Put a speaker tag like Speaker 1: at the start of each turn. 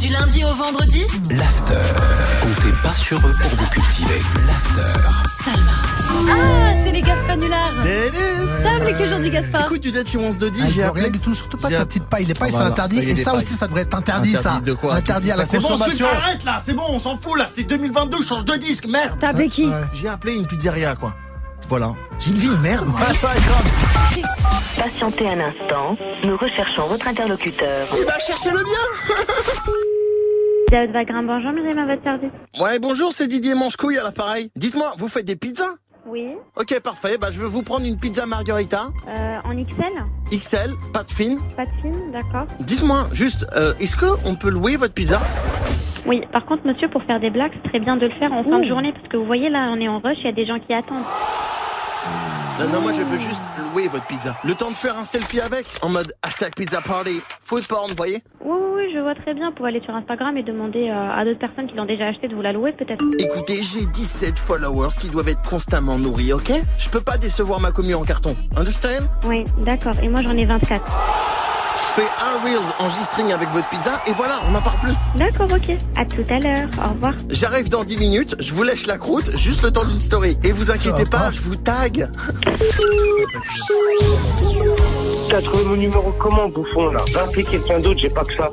Speaker 1: Du lundi au vendredi
Speaker 2: L'after. Comptez pas sur eux pour vous cultiver. L'after.
Speaker 1: Salma.
Speaker 3: Ah, c'est les Gaspanulars.
Speaker 4: Dennis
Speaker 3: Table les jours du Gaspard.
Speaker 4: Écoute, tu dois chez 11 de 10,
Speaker 5: Ah, il
Speaker 4: j'ai
Speaker 5: faut
Speaker 4: appelé.
Speaker 5: rien du tout, surtout pas
Speaker 4: J'ai
Speaker 5: ta
Speaker 4: appelé-
Speaker 5: petite paille. Les pailles,
Speaker 4: Ah,
Speaker 5: c'est
Speaker 4: voilà,
Speaker 5: interdit.
Speaker 4: ça y est,
Speaker 5: Et
Speaker 4: les
Speaker 5: ça
Speaker 4: pailles.
Speaker 5: aussi, ça devrait être interdit, ça.
Speaker 4: Interdit de quoi
Speaker 5: Interdit à la
Speaker 4: Qu'est-ce qui se passe C'est bon,
Speaker 5: consommation.
Speaker 4: Sweet, arrête là, c'est bon, on s'en fout là, c'est 2022, change de disque, merde.
Speaker 3: T'as qui
Speaker 5: Ouais.
Speaker 4: J'ai appelé une pizzeria quoi. Voilà. J'ai une vie de merde, moi.
Speaker 6: Patientez un instant, nous recherchons votre interlocuteur.
Speaker 4: Il va chercher le bien.
Speaker 7: Daoud Vagrin, bonjour, madame, à votre service.
Speaker 4: Ouais, bonjour, c'est Didier Manchecouille à l'appareil. Dites-moi, vous faites des pizzas
Speaker 7: Oui,
Speaker 4: Ok, parfait. Bah, je vais vous prendre une pizza margarita
Speaker 7: euh, en XL
Speaker 4: XL, pas de fine.
Speaker 7: Pas de film, d'accord.
Speaker 4: Dites-moi juste, euh, est-ce que on peut louer votre pizza
Speaker 7: Oui, par contre, monsieur, pour faire des blagues, c'est très bien de le faire en fin de journée, parce que vous voyez, là, on est en rush, il y a des gens qui attendent.
Speaker 4: Non, non, moi je veux juste louer votre pizza. Le temps de faire un selfie avec, en mode hashtag pizza party, food porn, vous voyez
Speaker 7: Oui, oui, oui, je vois très bien. Vous pouvez aller sur Instagram et demander euh, à d'autres personnes qui l'ont déjà acheté de vous la louer, peut-être.
Speaker 4: Écoutez, j'ai 17 followers qui doivent être constamment nourris, ok Je peux pas décevoir ma commu en carton. Understand
Speaker 7: Oui, d'accord. Et moi, j'en ai 24.
Speaker 4: Je fais un Reels en G-string avec votre pizza et voilà, on n'en parle plus.
Speaker 7: D'accord, ok. À tout à l'heure. Au revoir.
Speaker 4: J'arrive dans 10 minutes, je vous lèche la croûte, juste le temps d'une story. Et vous inquiétez pas, je vous tag.
Speaker 8: T'as trouvé mon numéro comment, bouffon, là Va appeler quelqu'un d'autre, j'ai pas que ça.